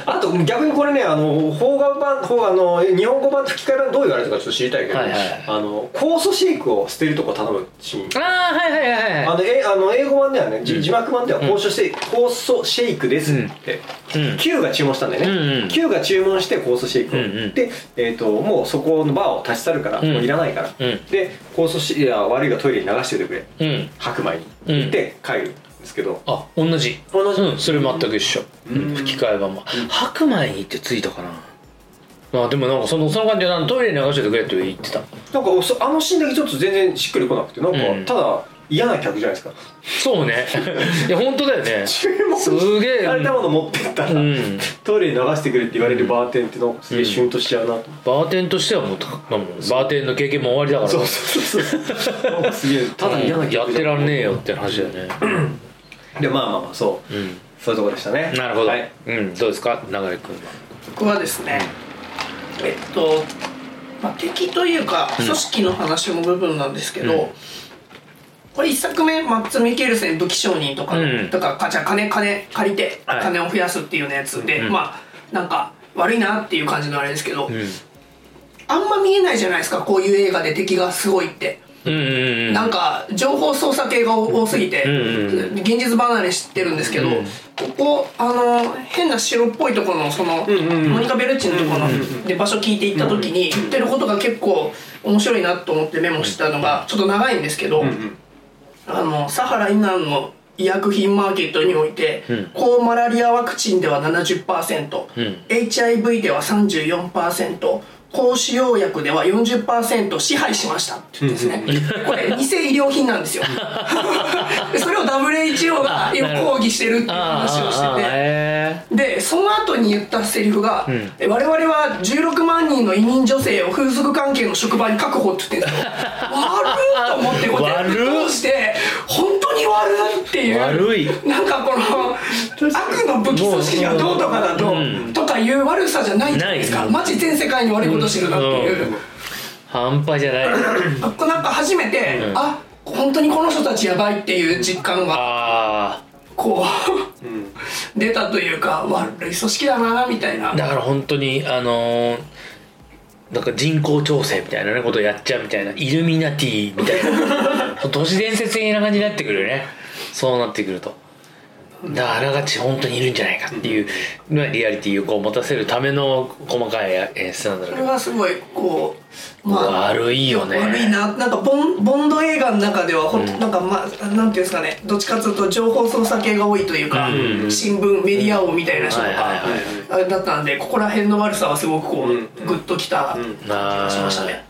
Speaker 3: あと逆にこれねあの邦画版邦画あの日本語版と吹き替え版どう言われたかちょっと知りたいけど、
Speaker 2: はいはい
Speaker 3: あの酵素シェイクを捨てるとこ頼むシーン
Speaker 2: あーはいはいはい
Speaker 3: あ
Speaker 2: は
Speaker 3: のえあの英語版ではね、じ字幕版では酵素シェイク、酵素シェイクですって、
Speaker 2: いうん
Speaker 3: Q が注文したんだよね、
Speaker 2: うんうん
Speaker 3: Q が注文して酵素シェイクを、
Speaker 2: うんうん
Speaker 3: で、えー、ともうそこのバーを立ち去るから、
Speaker 2: ん
Speaker 3: もういらないから、
Speaker 2: うん
Speaker 3: で酵素シェイクいや悪いがトイレに流しておいてくれ
Speaker 2: うん
Speaker 3: 白米に、
Speaker 2: うん
Speaker 3: 行って帰るんですけど
Speaker 2: あ同じ
Speaker 3: 同じ
Speaker 2: うんそれ全く一緒、うん
Speaker 3: うん
Speaker 2: 吹き替え版も白米にってついたかなまあでもなんかそのその感じであのトイレに流しててくれって言ってた
Speaker 3: なんかそあのシーンだけちょっと全然しっくりこなくてなんか、
Speaker 2: うん
Speaker 3: ただ嫌な客じゃないですか
Speaker 2: そうねいや本当だよね
Speaker 3: 注 文
Speaker 2: すげえ
Speaker 3: されたもの持ってったら、
Speaker 2: うん
Speaker 3: トイレに流してくれって言われるバーテンってのすげえシュンとしちゃうなと、
Speaker 2: バーテンとしてはもうたまあもうバーテンの経験も終わりだから
Speaker 3: そうそうそうそう なんかすげえただ嫌な客じゃ
Speaker 2: や
Speaker 3: ん
Speaker 2: ってらんねえよって話だよね
Speaker 3: でまあまあまあそう、
Speaker 2: うん
Speaker 3: そういうとこでしたね
Speaker 2: なるほど、
Speaker 3: はい
Speaker 2: うんどうですか流れ君は
Speaker 4: 僕はですねえっと、まあ、敵というか組織の話も部分なんですけど、
Speaker 2: うん
Speaker 4: これ一作目マッツ・ミケルセン武器商人とか、
Speaker 2: うん
Speaker 4: とかかじゃあ金金借りて
Speaker 2: はい
Speaker 4: 金を増やすっていうようなやつで、
Speaker 2: うん
Speaker 4: まあなんか悪いなっていう感じのあれですけど、
Speaker 2: うん
Speaker 4: あんま見えないじゃないですかこういう映画で敵がすごいって。
Speaker 2: うんうんうん
Speaker 4: なんか情報操作系が多すぎて、
Speaker 2: うんうん
Speaker 4: 現実離れしてるんですけど、
Speaker 2: うん
Speaker 4: ここあの変な白っぽいところのその、
Speaker 3: んうんうん
Speaker 4: モニカ・ベルッチのところの、
Speaker 3: うんうんうん
Speaker 4: で場所聞いて行った時に言ってることが結構面白いなと思ってメモしたのがちょっと長いんですけど、
Speaker 3: うんうん
Speaker 4: あのサハラ以南の医薬品マーケットにおいて、抗マラリアワクチンでは70%、
Speaker 2: ん
Speaker 4: HIV では34%抗使用薬では40%支配しましたって言うんですね、これ偽医療品なんですよ でそれを WHO が今抗議してるっていう話をしてて
Speaker 2: へ
Speaker 4: でその後に言ったセリフが、
Speaker 2: ん
Speaker 4: え我々は16万人の移民女性を風俗関係の職場に確保って言ってんですよ悪っと思ってこう
Speaker 2: 悪っ
Speaker 4: 全部通して本当に悪っっていう
Speaker 2: 悪い
Speaker 4: なんかこの悪の武器組織がどうとかだと、とかいう悪さじゃないじゃないです
Speaker 2: な
Speaker 4: か
Speaker 2: い
Speaker 4: マジ全世界に悪いことしてるなっていう、
Speaker 2: うん半端じゃ ない
Speaker 4: あこうなんか初めて、あ本当にこの人たちやばいっていう実感が
Speaker 2: あ
Speaker 4: こう 出たというか悪い組織だなみたいな
Speaker 2: あだから本当にあのーなんか人口調整みたいなねことをやっちゃうみたいなイルミナティみたい な都市伝説的な感じになってくるよねそうなってくるとだからあらがち本当にいるんじゃないかっていう、まあリアリティをこう持たせるための細かい演出なんだろう
Speaker 4: こ
Speaker 2: け
Speaker 4: れ
Speaker 2: ど
Speaker 4: はすごいこう
Speaker 2: 悪いよね
Speaker 4: 悪いななんかボンボンド映画の中ではほんと、なんかまあなんていうんですかねどっちかというと情報操作系が多いというか、
Speaker 2: うん
Speaker 4: 新聞メディア王みたいな人と
Speaker 2: はいはいはい
Speaker 4: かあれだったんでここら辺の悪さはすごくこう、
Speaker 3: うん
Speaker 4: グッときた
Speaker 3: ん
Speaker 4: 気がしましたね、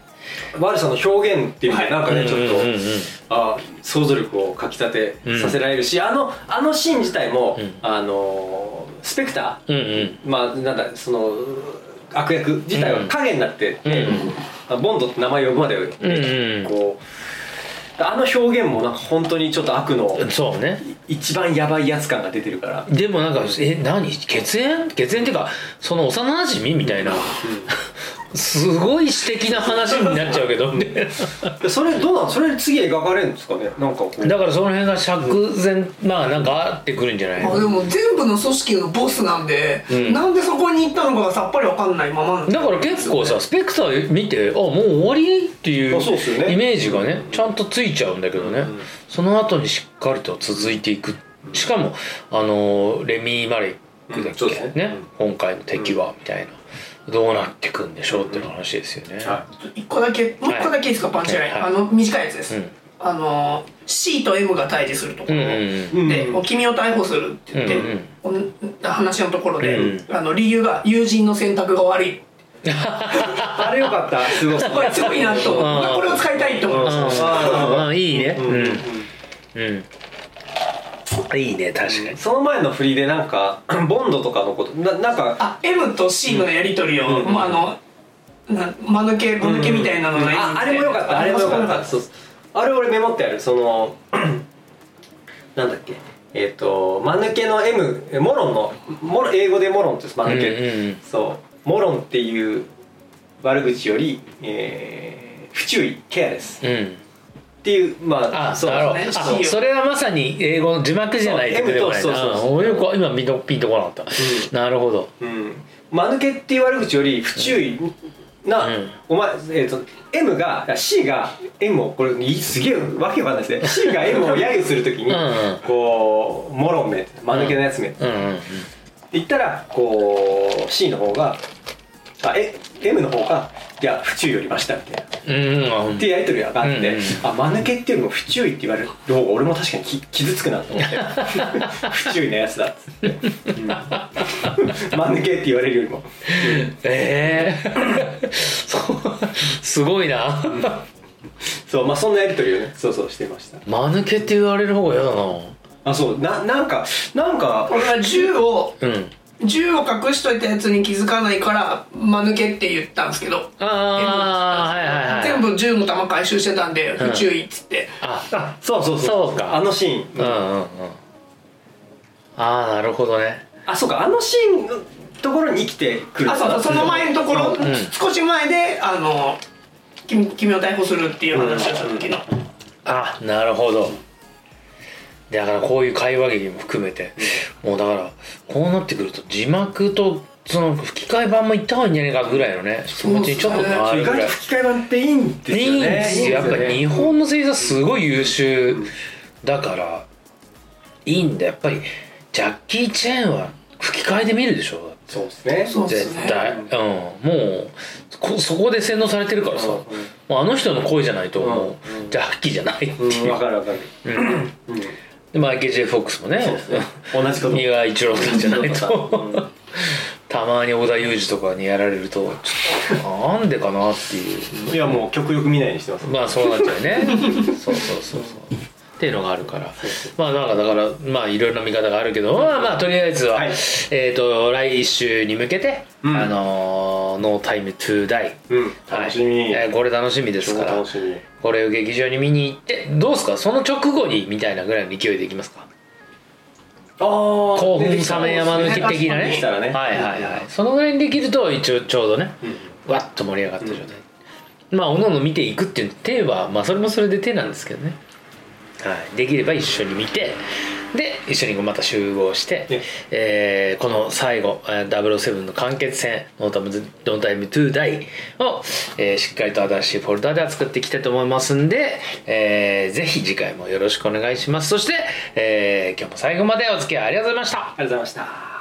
Speaker 3: 悪さの表現っていうのはなんかね、
Speaker 2: はい
Speaker 3: ちょっと、
Speaker 2: うんうんうん
Speaker 3: あ想像力をかきたてさせられるし、あのあのシーン自体も、
Speaker 2: ん
Speaker 3: あのスペクタ
Speaker 2: う
Speaker 3: ー、
Speaker 2: んうん
Speaker 3: まあなんだその悪役自体
Speaker 2: う
Speaker 3: は
Speaker 2: ん
Speaker 3: 影になって、ね
Speaker 2: うん
Speaker 3: あボンドって名前呼ぶまで、
Speaker 2: うんうん
Speaker 3: こうあの表現もなんか本当にちょっと悪の
Speaker 2: そうね
Speaker 3: 一番やばいやつ感が出てる から
Speaker 2: でもなんか「え何血縁血縁」っていうかその幼なじみみたいな、 すごい私的な話になっちゃう けど
Speaker 3: でそれどうなんそれ次描かれるんですかねなんかこう
Speaker 2: だからその辺が釈然まあなんかあってくるんじゃない
Speaker 4: あでも全部の組織のボスなんで、
Speaker 2: ん
Speaker 4: なんでそこに行ったのかがさっぱりわかんないままなん
Speaker 2: だから結構さスペクター見てあもう終わりっていう
Speaker 3: あそうっすよね
Speaker 2: イメージがねちゃんとついちゃうんだけどね、その後にしっかりと続いていくしかもあのレミー・マレックだっけ、
Speaker 3: うんそうですね
Speaker 2: ね今回の敵は、みたいなどうなってくんでしょうっていう話ですよね、
Speaker 3: は
Speaker 4: 一個だけもう一個だけいいですか、パンチライン、
Speaker 2: はい
Speaker 4: あの短いやつです、
Speaker 2: うん
Speaker 4: あの C と M が対峙するとこ
Speaker 2: う
Speaker 4: ろ、
Speaker 2: んうんうん
Speaker 3: うん
Speaker 4: で、もう君を逮捕するって言って、お話のところで、あの理由が友人の選択が悪い
Speaker 3: あれよかったす ごい
Speaker 4: これすごいなと思
Speaker 2: あ
Speaker 4: う
Speaker 2: ー
Speaker 4: これを使いたいと思いまし
Speaker 2: ああああいいねうんうん、いいね確かに
Speaker 3: その前の振りでなんか ボンドとかのことななんか
Speaker 4: たあ M と C のやり取りを、まああのな間抜け間抜けみたいなのがいいみたい
Speaker 3: あ
Speaker 4: な
Speaker 3: あれもよかったあれもよかったそうそうあれ俺メモってあるその なんだっけえっ、と間抜けの M えモロンのモロ英語でモロンって間抜け、
Speaker 2: うんうんうん
Speaker 3: そうモロンっていう悪口より、えー不注意ケアレス
Speaker 2: うん
Speaker 3: っていうまあ
Speaker 2: あ、
Speaker 3: そう
Speaker 2: なるほど
Speaker 4: ね
Speaker 2: あ
Speaker 4: そう
Speaker 2: それはまさに英語の字幕じゃないと出てこない
Speaker 3: そう M とそうそう
Speaker 2: な
Speaker 3: そう
Speaker 2: うん俺よく今ピンとピンとこなかった、なるほど
Speaker 3: うん、間抜けっていう悪口より不注意な、
Speaker 2: うん
Speaker 3: お前、えー、と M があ C が M をこれいすげえわけわかんないですね C が M を揶揄するときに、
Speaker 2: うん
Speaker 3: こう「モロンめ」間抜けのやつめ、って
Speaker 2: うんうんうん
Speaker 3: 言ったらこう C の方があえ M の方が「いや不注意よりました」みたいな。
Speaker 2: うんうんうん
Speaker 3: っていうやり取りがあって、
Speaker 2: うんうん
Speaker 3: あ間抜けっていうよりも不注意って言われる方が俺も確かにき傷つくなと思って 不注意なやつだっつって、うん 間抜けって言われるよりも
Speaker 2: ええー、 そうすごいな
Speaker 3: そうまあそんなやり取りをねそうそうしていました
Speaker 2: 間抜けって言われる方が嫌だな
Speaker 3: あそうななんかなんか
Speaker 4: 俺は銃を
Speaker 2: うん
Speaker 4: 銃を隠しといたやつに気づかないから間抜けって言ったんですけど
Speaker 2: ああはいはいはい
Speaker 4: 全部銃の弾回収してたんで
Speaker 2: ん
Speaker 4: 不注意っつって、
Speaker 2: あ
Speaker 3: あそうそう
Speaker 2: そうか
Speaker 3: あのシーン、
Speaker 2: うんうんうんああなるほどね
Speaker 3: あそうかあのシーンのところに生きてくる
Speaker 4: あそうそうその前のところ、
Speaker 3: うん
Speaker 4: 少し前であの君君を逮捕するっていう話をした時の、
Speaker 2: あなるほどだからこういう会話劇も含めて、もうだからこうなってくると字幕とその吹き替え版も行った方がいいんじゃねえかぐらいのね気持ちにちょっとな
Speaker 3: そう
Speaker 2: る
Speaker 3: 意
Speaker 2: ぐ
Speaker 3: 外
Speaker 2: らい
Speaker 3: と吹き替え版っていいんですよね
Speaker 2: いいんですよやっぱ日本の声優さんすごい優秀だからいいんだやっぱりジャッキー・チェーンは吹き替えで見るでしょ
Speaker 3: そうですね
Speaker 4: そうです
Speaker 2: 絶
Speaker 4: ね
Speaker 2: 対う,、んもうこそこで洗脳されてるからさ、
Speaker 3: うんうん
Speaker 2: もうあの人の声じゃないともう、
Speaker 3: うんうん
Speaker 2: ジャッキーじゃないって
Speaker 3: うん
Speaker 2: いう、
Speaker 3: わかるわかる、うん
Speaker 2: でマイケル・ J ・フォックスもね
Speaker 3: 同じこと
Speaker 2: 三輪一郎さんじゃない
Speaker 3: うん
Speaker 2: とたまに織田裕二とかにやられるとちょっとなんでかなっていう
Speaker 3: いやもう極力見ないようにしてます
Speaker 2: まあそうなっちゃう ねそうそうそうそうっていうのがあるからまあなんかだからまあいろいろな見方があるけどまあまあとりあえずは、
Speaker 3: はい
Speaker 2: えっ、と来週に向けて、
Speaker 3: うん
Speaker 2: あのー「ノータイムトゥーダイ
Speaker 3: うん楽しみ、
Speaker 2: えーこれ楽しみです
Speaker 3: 超
Speaker 2: から
Speaker 3: 楽しみ
Speaker 2: これを劇場に見に行ってどうですかその直後にみたいなぐらいの勢いでいきますか
Speaker 3: あー
Speaker 2: 興奮
Speaker 3: 出てきた
Speaker 2: 冷め山抜き的な
Speaker 3: 出
Speaker 2: ね
Speaker 3: てきたらね
Speaker 2: はいはいはいそのぐらいにできると一応ちょうどね、わっと盛り上がった状態、まあおのおの見ていくっていう手はまあそれもそれで手なんですけどね、はい、できれば一緒に見てで一緒にまた集合して、
Speaker 3: ね
Speaker 2: えーこの最後えー007の完結戦「ノータムズ・ノータイム・トゥ・ダイ」を、えーしっかりと新しいフォルダでは作っていきたいと思いますんで、えーぜひ次回もよろしくお願いしますそして、えー今日も最後までお付き合いありがとうございました
Speaker 3: ありがとうございました